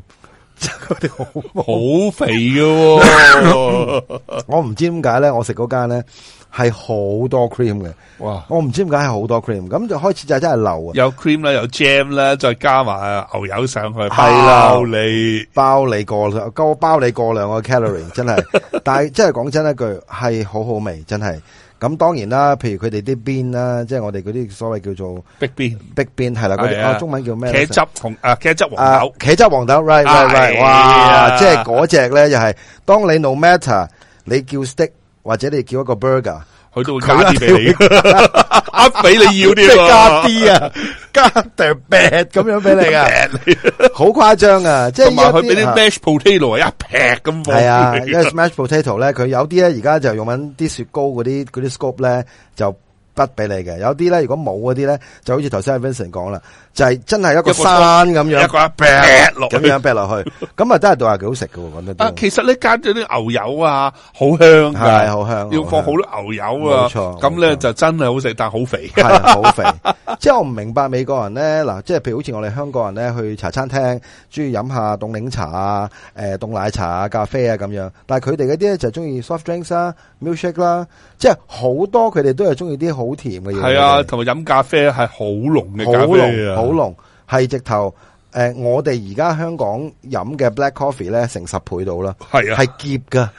[SPEAKER 2] 嗰 啲好
[SPEAKER 3] 好肥嘅 喎，
[SPEAKER 2] 我唔知點解咧，我食嗰間咧係好多 cream 嘅，
[SPEAKER 3] 哇！
[SPEAKER 2] 我唔知點解係好多 cream，咁就開始就真係流啊！
[SPEAKER 3] 有 cream 啦，有 jam 啦，再加埋牛油上去，
[SPEAKER 2] 係啦
[SPEAKER 3] 包你
[SPEAKER 2] 包你過兩，夠包你過兩個 calorie，真 係。但係真係講真一句，係好好味，真係。咁當然啦，譬如佢哋啲邊啦，即係我哋嗰啲所謂叫做
[SPEAKER 3] big bean
[SPEAKER 2] 逼邊，係啦，嗰
[SPEAKER 3] 係
[SPEAKER 2] 啲
[SPEAKER 3] 啊
[SPEAKER 2] 啊中文叫咩
[SPEAKER 3] 茄
[SPEAKER 2] 咧？
[SPEAKER 3] 汁紅啊，茄汁黃
[SPEAKER 2] 啊
[SPEAKER 3] 豆，
[SPEAKER 2] 茄汁黃豆，right right
[SPEAKER 3] 係
[SPEAKER 2] right，
[SPEAKER 3] 啊
[SPEAKER 2] 哇！即係嗰只咧，又係當你 no matter 你叫 steak 或者你叫一個 burger，
[SPEAKER 3] 佢都會
[SPEAKER 2] 佢
[SPEAKER 3] 加啲俾你， 呃俾你要
[SPEAKER 2] 即
[SPEAKER 3] 啲
[SPEAKER 2] 係加
[SPEAKER 3] 喎
[SPEAKER 2] 啲啊，加 the bad 咁樣俾你噶，好誇張啊！即係
[SPEAKER 3] 同埋佢
[SPEAKER 2] 一
[SPEAKER 3] 俾啲 mash potato 啊一劈咁放
[SPEAKER 2] 系啊，
[SPEAKER 3] 落
[SPEAKER 2] 因
[SPEAKER 3] 去
[SPEAKER 2] 為 smash potato 咧，佢有啲咧而家就用緊啲雪糕嗰啲嗰啲 scoop 咧就筆俾你嘅，有啲咧如果冇嗰啲咧，就好似頭先阿 Vincent 講啦，就係真係一
[SPEAKER 3] 個
[SPEAKER 2] 個山咁
[SPEAKER 3] 一
[SPEAKER 2] 樣
[SPEAKER 3] 個一劈落
[SPEAKER 2] 咁
[SPEAKER 3] 去。
[SPEAKER 2] 樣劈落去，咁啊真係到下幾好食嘅喎，講得
[SPEAKER 3] 啊，
[SPEAKER 2] 都
[SPEAKER 3] 其實咧加咗啲牛油啊，好香
[SPEAKER 2] 係
[SPEAKER 3] 噶，
[SPEAKER 2] 好香，
[SPEAKER 3] 要放好
[SPEAKER 2] 香
[SPEAKER 3] 多牛油啊，
[SPEAKER 2] 冇錯
[SPEAKER 3] 咁咧
[SPEAKER 2] 冇錯
[SPEAKER 3] 就真係好食，但係好肥。
[SPEAKER 2] 係好肥。 即係我唔明白美國人咧，嗱，即係譬如好似我哋香港人咧去茶餐廳，中意飲下凍檸茶啊、誒凍奶茶啊、咖啡啊咁樣，但係佢哋嗰啲咧就中意 soft drinks 啦、milkshake 啦，即係好多佢哋都係中意啲好甜嘅嘢。
[SPEAKER 3] 系啊，，同埋飲咖啡係好濃嘅
[SPEAKER 2] 好
[SPEAKER 3] 咖啡
[SPEAKER 2] 濃
[SPEAKER 3] 啊，
[SPEAKER 2] 好濃，係直頭誒，我哋而家香港飲嘅 black coffee 咧，成十倍到啦，
[SPEAKER 3] 係啊，
[SPEAKER 2] 係澀噶，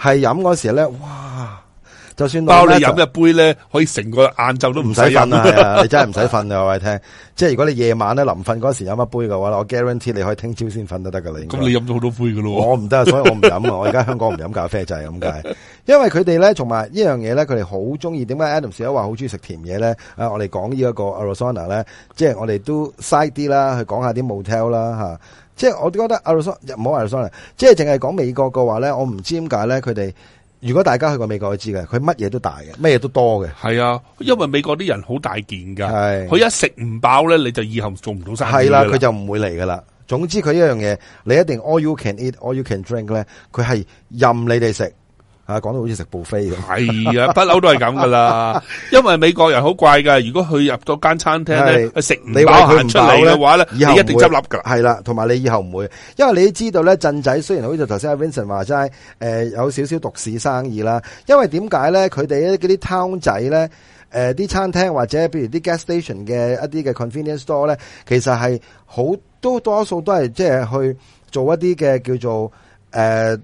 [SPEAKER 2] 係飲嗰時咧，哇！就算
[SPEAKER 3] 包
[SPEAKER 2] 老
[SPEAKER 3] 你
[SPEAKER 2] 咧
[SPEAKER 3] 饮
[SPEAKER 2] 就
[SPEAKER 3] 一杯咧，可以成個晏晝都唔
[SPEAKER 2] 唔
[SPEAKER 3] 使
[SPEAKER 2] 使
[SPEAKER 3] 飲
[SPEAKER 2] 瞓啊！係啊你真係唔使瞓啊！我話你聽，即係如果你夜晚咧臨瞓嗰時飲一杯嘅話我 guarantee 你可以聽朝先瞓都得噶啦。應該
[SPEAKER 3] 咁你飲咗好多杯噶咯
[SPEAKER 2] 我唔 得，所以我唔飲啊！我而家香港唔飲咖啡就係咁解，因為佢哋咧，同埋呢樣嘢咧，佢哋好中意。點解 Adam 成日話好中意食甜嘢咧？啊，我哋講呢一個 Arizona 咧，即係我哋都 side 啲啦，去講下啲 motel 啦吓。即係我覺得 Arizona 唔好 Arizona，即係淨係講美國嘅話咧，我唔知點解咧，佢哋如果大家去過美國，就知嘅，佢乜嘢都大嘅，乜嘢都多嘅，
[SPEAKER 3] 喎。係啊，因為美國啲人好大件噶，
[SPEAKER 2] 係啊
[SPEAKER 3] 佢一食唔飽咧，你就以後做唔到生意
[SPEAKER 2] 係啦，
[SPEAKER 3] 㗎
[SPEAKER 2] 佢就唔會嚟噶啦。總之佢呢樣嘢，你一定 all you can eat, all you can drink 咧，佢係任你哋食啊，講到好似食 buffet 咁。
[SPEAKER 3] 系啊，不嬲都系 咁噶啦。因为美国人好怪噶，如果佢入到间餐厅咧，
[SPEAKER 2] 係
[SPEAKER 3] 佢食唔
[SPEAKER 2] 你
[SPEAKER 3] 饱
[SPEAKER 2] 話佢
[SPEAKER 3] 行
[SPEAKER 2] 唔
[SPEAKER 3] 出嚟嘅话咧，
[SPEAKER 2] 以後
[SPEAKER 3] 你一
[SPEAKER 2] 唔
[SPEAKER 3] 定
[SPEAKER 2] 會
[SPEAKER 3] 执笠噶。
[SPEAKER 2] 系啦，同埋你以後唔會，因為你都知道咧，鎮仔雖然好似頭先阿 Vincent 話齋，诶、有少少獨市生意啦。因為點解咧？佢哋嗰啲 town 仔咧，诶、啲餐廳或者譬如啲 gas station 嘅一啲嘅 convenience store 咧，其實係好都多數都係即係去做一啲嘅叫做诶、呃、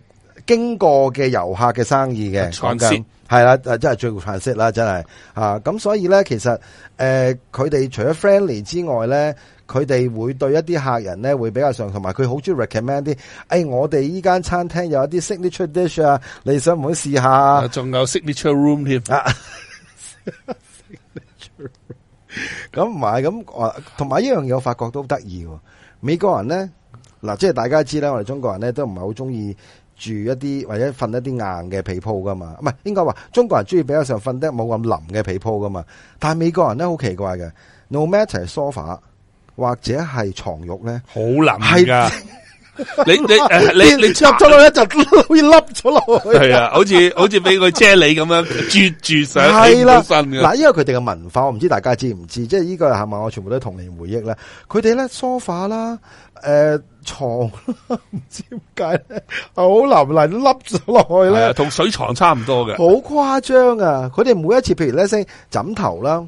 [SPEAKER 2] 经过嘅遊客嘅生意嘅。講
[SPEAKER 3] Transit
[SPEAKER 2] 緊係啦，誒真係最 transit 啦，真係啊！咁所以咧，其實诶，呃佢、哋除咗 friendly 之外咧。佢哋會對一啲客人咧會比較上，同埋佢好中意 recommend 啲，誒、哎我哋依間餐廳有一啲 signature dish 啊，你想唔想試下啊？
[SPEAKER 3] 啊仲有 signature room 添，
[SPEAKER 2] 咁唔係咁，我同埋一樣嘢，我發覺都得意喎。美國人咧，嗱，即係大家知啦，我哋中國人咧都唔係好中意住一啲或者瞓一啲硬嘅被鋪噶嘛，唔係應該話中國人中意比較上瞓得冇咁腍嘅被鋪噶嘛。但係美國人咧好奇怪嘅，no matter sofa 或者係床褥咧，
[SPEAKER 3] 好淋噶。你你 誒你你
[SPEAKER 2] 入咗落咧就好似凹咗落 去。
[SPEAKER 3] 系 啊，好似好似俾佢啫喱咁样啜住上，
[SPEAKER 2] 係啦，
[SPEAKER 3] 起唔到身啊嘅。
[SPEAKER 2] 嗱，因為佢哋嘅文化，我唔知大家知唔知，即係呢個係咪我全部都係童年回憶咧？佢哋咧 sofa 啦，诶、床啦，唔知點解咧，好淋淋笠咗落去
[SPEAKER 3] 係
[SPEAKER 2] 咧
[SPEAKER 3] 啊，同水床差唔多嘅。
[SPEAKER 2] 好誇張啊！佢哋每一次，譬如咧升枕頭啦。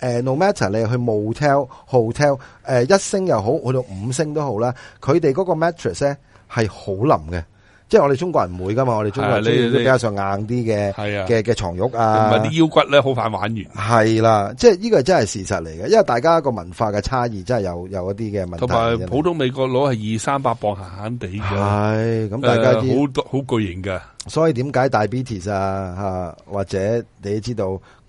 [SPEAKER 2] 誒、n o matter 你去 motel、hotel，誒、一星又好，去到五星都好啦，佢哋嗰個 mattress 咧係好腍嘅，即係我哋中國人唔會噶嘛，我哋中國人
[SPEAKER 3] 係啊
[SPEAKER 2] 中
[SPEAKER 3] 你
[SPEAKER 2] 意
[SPEAKER 3] 你
[SPEAKER 2] 比較上硬啲嘅
[SPEAKER 3] 係啊
[SPEAKER 2] 嘅嘅床褥
[SPEAKER 3] 唔
[SPEAKER 2] 啊，
[SPEAKER 3] 系啲腰骨咧，好快玩完。
[SPEAKER 2] 系啦，即系呢個真係事實嚟嘅，因為大家個文化嘅差異真係有有一啲嘅問題。
[SPEAKER 3] 同埋普通美國佬係二三百磅閒閒地嘅，呃
[SPEAKER 2] 系咁，大家知，
[SPEAKER 3] 誒好多好巨型嘅。
[SPEAKER 2] 所以點解 diabetes 啊吓、啊或者你知道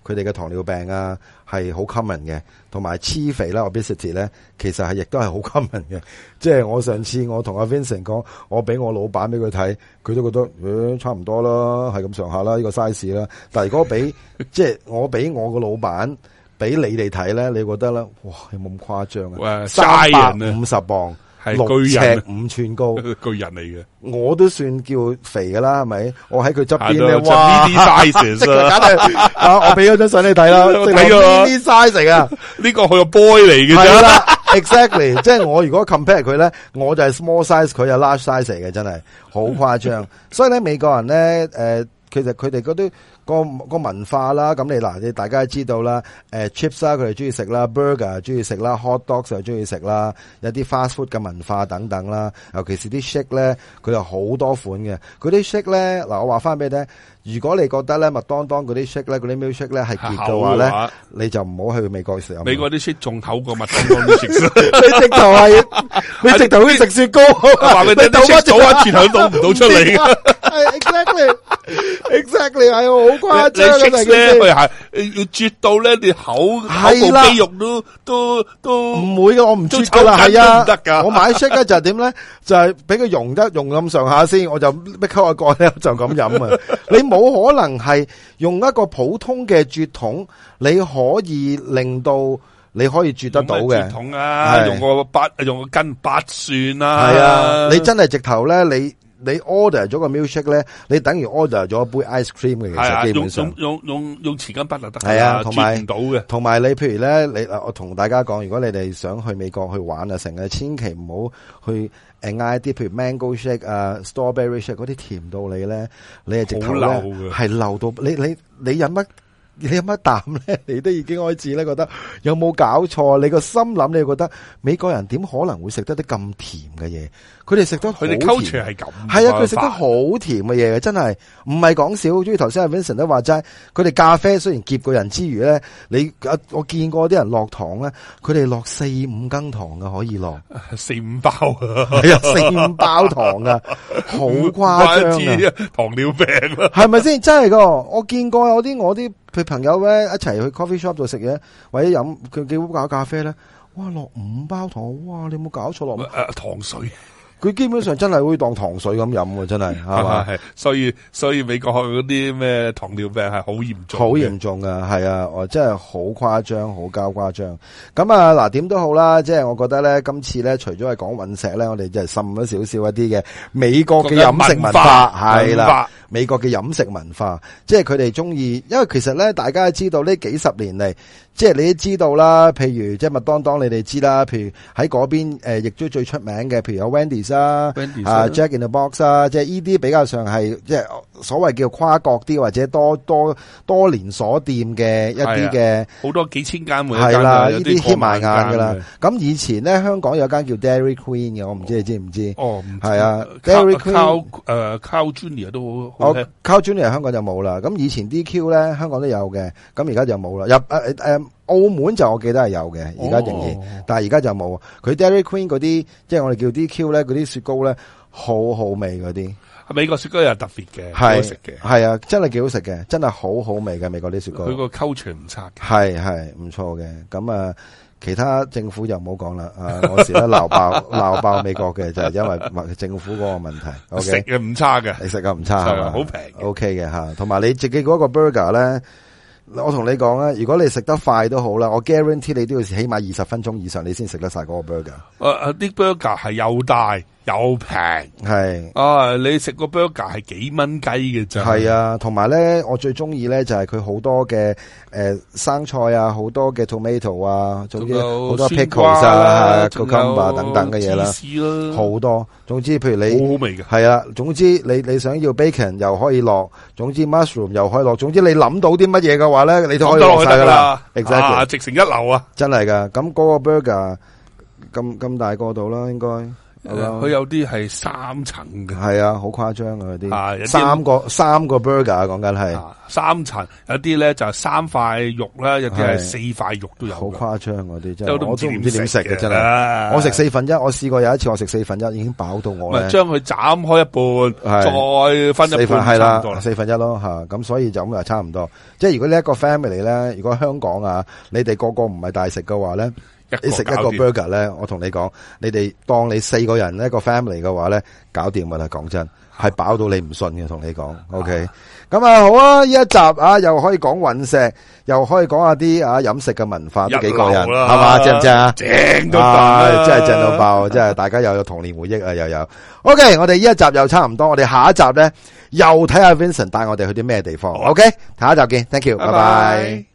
[SPEAKER 2] 佢哋嘅糖尿病啊係好 common 嘅，同埋黐肥啦 obesity 咧，其實係亦都係好 common 嘅。 即係我上次我同阿 Vincent 講，我俾我老闆俾佢睇，佢都覺得诶、呃差唔多啦，係咁上下啦，呢、個 size 啦。但係如果俾 即係我俾我個老闆俾你哋睇咧，你覺得咧，哇，有冇咁誇張啊？
[SPEAKER 3] 誒
[SPEAKER 2] 三百
[SPEAKER 3] 嘥人啊，
[SPEAKER 2] 五十磅，六
[SPEAKER 3] 係巨人
[SPEAKER 2] 尺
[SPEAKER 3] 啊
[SPEAKER 2] 五寸高。
[SPEAKER 3] 巨人嚟嘅。
[SPEAKER 2] 我都算叫肥噶啦，系咪？我喺佢側邊咧，
[SPEAKER 3] 係咯就
[SPEAKER 2] 哇！
[SPEAKER 3] 呢啲 sizes 啊
[SPEAKER 2] 即係簡直啊！我俾咗張相你睇啦，
[SPEAKER 3] 我
[SPEAKER 2] 即係
[SPEAKER 3] 睇咗啊
[SPEAKER 2] 呢啲 size 嚟噶，
[SPEAKER 3] 呢個佢個 boy 嚟嘅
[SPEAKER 2] 係
[SPEAKER 3] 啫。
[SPEAKER 2] 啦，exactly。即係我如果 compare 佢咧，我就係 small size，佢係 large size 嚟嘅，真係好誇張。所以咧，美國人咧，诶、其實佢哋嗰啲個個文化啦，咁你嗱，你大家知道啦，诶、chips 啦，佢哋中意食啦，burger 中意食啦，hot dogs 又中意食啦，有啲 fast food 嘅文化等等啦，尤其是啲 shake 咧，佢有好多款嘅。佢啲 shake 咧，嗱，我話翻俾你聽，如果你覺得咧麥當當嗰啲 shake 咧，嗰啲 milkshake 咧係結
[SPEAKER 3] 係厚
[SPEAKER 2] 嘅話
[SPEAKER 3] 嘅
[SPEAKER 2] 咧，
[SPEAKER 3] 話
[SPEAKER 2] 你就唔好去美國食。
[SPEAKER 3] 啊美國啲 shit 仲厚過麥當當 啲 shit。
[SPEAKER 2] 你直头系，你直头好似食雪糕，
[SPEAKER 3] 話俾你聽，啲 shit 早一轉頭都倒唔到出嚟嘅。
[SPEAKER 2] 係 exactly，exactly 系好
[SPEAKER 3] 你
[SPEAKER 2] 夸张啊！
[SPEAKER 3] 你
[SPEAKER 2] 大家
[SPEAKER 3] shit 咧，
[SPEAKER 2] 知
[SPEAKER 3] 佢係要啜到咧，你口口
[SPEAKER 2] 係
[SPEAKER 3] 部
[SPEAKER 2] 啦
[SPEAKER 3] 肌肉都都都
[SPEAKER 2] 唔会嘅，我唔知噶
[SPEAKER 3] 都
[SPEAKER 2] 啦，
[SPEAKER 3] 抽筋
[SPEAKER 2] 系啊
[SPEAKER 3] 都唔得㗎，
[SPEAKER 2] 我买 shake 咧就係点咧，就係俾佢溶得溶咁上下先，我就逼溝個 蓋咧就咁飲啊！你冇可能係用一個普通嘅啜筒，你可以令到你可以啜得到
[SPEAKER 3] 用咩
[SPEAKER 2] 嘅
[SPEAKER 3] 鐵。桶啊，
[SPEAKER 2] 係
[SPEAKER 3] 用個八用個筋八算啦。
[SPEAKER 2] 系啊，
[SPEAKER 3] 呃
[SPEAKER 2] 你真系直头咧，你你 order 咗个 milkshake 咧，你等于 order 咗一杯 ice cream 嘅，
[SPEAKER 3] 係啊，
[SPEAKER 2] 其实基本
[SPEAKER 3] 用用
[SPEAKER 2] 上。
[SPEAKER 3] 用用用匙羹筆就得㗎啦。
[SPEAKER 2] 係啊同埋
[SPEAKER 3] 啜唔到嘅。
[SPEAKER 2] 同埋你，譬如咧，你呃我同大家講，如果你哋想去美國去玩啊，成日千祈唔好去誒嗌啲譬如 mango shake 啊、strawberry shake 嗰啲甜到你咧，你係直頭
[SPEAKER 3] 好
[SPEAKER 2] 咧
[SPEAKER 3] 流嘅
[SPEAKER 2] 係流到你你你飲乜你飲一啖咧， 你都已經開始咧覺得有冇搞錯？你個心諗你就覺得美國人點可能會食得啲咁甜嘅嘢？佢哋食得好
[SPEAKER 3] 佢哋
[SPEAKER 2] 甜
[SPEAKER 3] culture 係咁，
[SPEAKER 2] 系啊，佢食得好甜嘅嘢嘅，真係唔係講笑。好似頭先阿 Vincent 都話齋，佢哋咖啡雖然澀過人之餘咧，你啊我見過啲人落糖咧，佢哋落四五羹糖嘅可以落，
[SPEAKER 3] 四五包啊，
[SPEAKER 2] 係啊，四五包糖啊，好 誇張啊！
[SPEAKER 3] 關知糖尿病啦，
[SPEAKER 2] 係咪先？真係噶，我見過有啲我啲佢朋友咧一齊去 coffee shop 度食嘢，或者飲佢幾杯搞咖啡咧，哇落五包糖，哇你有冇搞錯落五？
[SPEAKER 3] 誒糖水
[SPEAKER 2] 佢基本上真係會當糖水咁飲嘅，真係係 嘛？
[SPEAKER 3] 係，所以所以美國嗰啲咩糖尿病係好嚴重嘅，
[SPEAKER 2] 好嚴重噶，係啊，我真係好誇張，好交誇張。咁啊，嗱點都好啦，即係我覺得咧，今次咧，除咗係講隕石咧，我哋就係滲咗少少一啲嘅美國嘅飲食文化，係啦。，美國嘅飲食文化，即係佢哋中意，因為其實咧，大家都知道呢幾十年嚟，即係你都知道啦，譬如即係麥當當，你哋知啦，譬如喺嗰邊呃亦都最出名嘅，譬如有 Wendy's 啦，
[SPEAKER 3] Wendy's
[SPEAKER 2] 啊
[SPEAKER 3] 啦
[SPEAKER 2] Jack in the Box 啦，即係呢啲比較上係即係所謂叫跨國啲或者多多多連鎖店嘅一啲嘅。
[SPEAKER 3] 好多幾千啊間每一間
[SPEAKER 2] 係啦，
[SPEAKER 3] 有
[SPEAKER 2] 呢啲
[SPEAKER 3] 過
[SPEAKER 2] hit 埋
[SPEAKER 3] 萬
[SPEAKER 2] 眼
[SPEAKER 3] 間
[SPEAKER 2] 噶啦。咁以前咧，香港有間叫 Dairy Queen 嘅，我唔知你知唔知？
[SPEAKER 3] 哦，唔知
[SPEAKER 2] 係啊
[SPEAKER 3] ，Cow-
[SPEAKER 2] Dairy Queen
[SPEAKER 3] Cow- 誒 Cow Junior 都好
[SPEAKER 2] 我
[SPEAKER 3] 好聽
[SPEAKER 2] Cow 哦 Junior 香港就冇啦，咁以前 DQ 咧香港都有嘅，咁而家就冇啦。入誒誒澳門就我記得係有嘅，而家仍然，
[SPEAKER 3] 哦
[SPEAKER 2] 但係而家就冇。佢 Dairy Queen 嗰啲，即係我哋叫 DQ 咧嗰啲雪糕咧，好好味嗰啲，
[SPEAKER 3] 美國雪糕又特別嘅，好好
[SPEAKER 2] 係
[SPEAKER 3] 食嘅，
[SPEAKER 2] 係啊，真係幾好食嘅，真係好好味嘅美國啲雪糕，
[SPEAKER 3] 佢個 culture 唔差嘅。
[SPEAKER 2] 係係唔錯嘅。咁啊，其他政府就唔好講啦。啊，我時都鬧 爆鬧爆美國嘅，就係因為政府嗰個問題。OK
[SPEAKER 3] 食嘅唔差嘅，
[SPEAKER 2] 你食嘅唔差係
[SPEAKER 3] 係
[SPEAKER 2] 嘛？
[SPEAKER 3] 啊好平嘅
[SPEAKER 2] O K 嘅吓，同埋你自己嗰個 burger 咧，我同你講啊咧，如果你食得快都好啦，我 guarantee 你都要起碼二十分鐘以上，你先食得晒嗰個 burger。
[SPEAKER 3] 誒誒啲 burger 係又大又平
[SPEAKER 2] 係
[SPEAKER 3] 啊！你食個 burger 係幾蚊雞嘅咋？
[SPEAKER 2] 係啊，同埋咧，我最中意咧就係佢好多嘅诶生菜啊，好多嘅 tomato 啊，總
[SPEAKER 3] 仲
[SPEAKER 2] 之
[SPEAKER 3] 有
[SPEAKER 2] 好多
[SPEAKER 3] 酸瓜
[SPEAKER 2] pickles
[SPEAKER 3] 啦
[SPEAKER 2] 啊、
[SPEAKER 3] 仲有
[SPEAKER 2] cucumber 等等嘅嘢啦，
[SPEAKER 3] 芝士啦，好
[SPEAKER 2] 好多。總之，譬如你。
[SPEAKER 3] 好味嘅。
[SPEAKER 2] 系啊，總之你你想要 bacon 又可以落，總之 mushroom 又可以落，總之你諗到啲乜嘢嘅話咧，你都可以落晒
[SPEAKER 3] 得
[SPEAKER 2] 噶啦
[SPEAKER 3] 啦。
[SPEAKER 2] exactly
[SPEAKER 3] 啊直成一流啊！
[SPEAKER 2] 真係噶，咁嗰個 burger 啊咁咁大個度啦，應該嗯
[SPEAKER 3] 佢有啲係三層嘅。
[SPEAKER 2] 係啊，好誇張啊嗰
[SPEAKER 3] 啊有
[SPEAKER 2] 啲，
[SPEAKER 3] 啲
[SPEAKER 2] 三個三個 burger 啊講緊係，
[SPEAKER 3] 啊三層有啲咧就係三塊肉啦，有啲係
[SPEAKER 2] 係
[SPEAKER 3] 四塊肉都有
[SPEAKER 2] 好誇
[SPEAKER 3] 㗎，
[SPEAKER 2] 張嗰啲真
[SPEAKER 3] 即係
[SPEAKER 2] 係，我都唔知點食嘅真係。
[SPEAKER 3] 啊
[SPEAKER 2] 我食四分一，我試過有一次我食四分一已經飽到
[SPEAKER 3] 唔
[SPEAKER 2] 我
[SPEAKER 3] 係
[SPEAKER 2] 咧，
[SPEAKER 3] 將佢斬開一半，再分
[SPEAKER 2] 四
[SPEAKER 3] 一
[SPEAKER 2] 分
[SPEAKER 3] 半
[SPEAKER 2] 係
[SPEAKER 3] 差唔多
[SPEAKER 2] 啦，
[SPEAKER 3] 啦。
[SPEAKER 2] 四分一咯吓，咁所以就咁就啊差唔多。即係如果呢一個 family
[SPEAKER 3] 嗯
[SPEAKER 2] 咧，如果香港啊，你哋個個唔係大食嘅話 咧。你食一個
[SPEAKER 3] 搞掂
[SPEAKER 2] burger 咧，我同你講，你哋當你四個人一個 family 嘅話咧，搞掂噶啦，講
[SPEAKER 3] 啊
[SPEAKER 2] 真，係飽到你唔信嘅，同你講，OK。咁啊，好啊，呢一集啊，又可以講隕石，又可以講下啲啊飲食嘅文化，都幾過癮，
[SPEAKER 3] 一流啦
[SPEAKER 2] 係嘛？正唔正啊？
[SPEAKER 3] 正到
[SPEAKER 2] 啊
[SPEAKER 3] 爆，
[SPEAKER 2] 真係正到！爆，真係大家又有童年回憶啊，又有。OK，我哋呢一集又差唔多，我哋下一集咧又睇下 Vincent 帶我哋去啲咩地方。
[SPEAKER 3] 好啊
[SPEAKER 2] OK，下一集見，thank you，拜
[SPEAKER 3] 拜
[SPEAKER 2] 拜
[SPEAKER 3] 拜。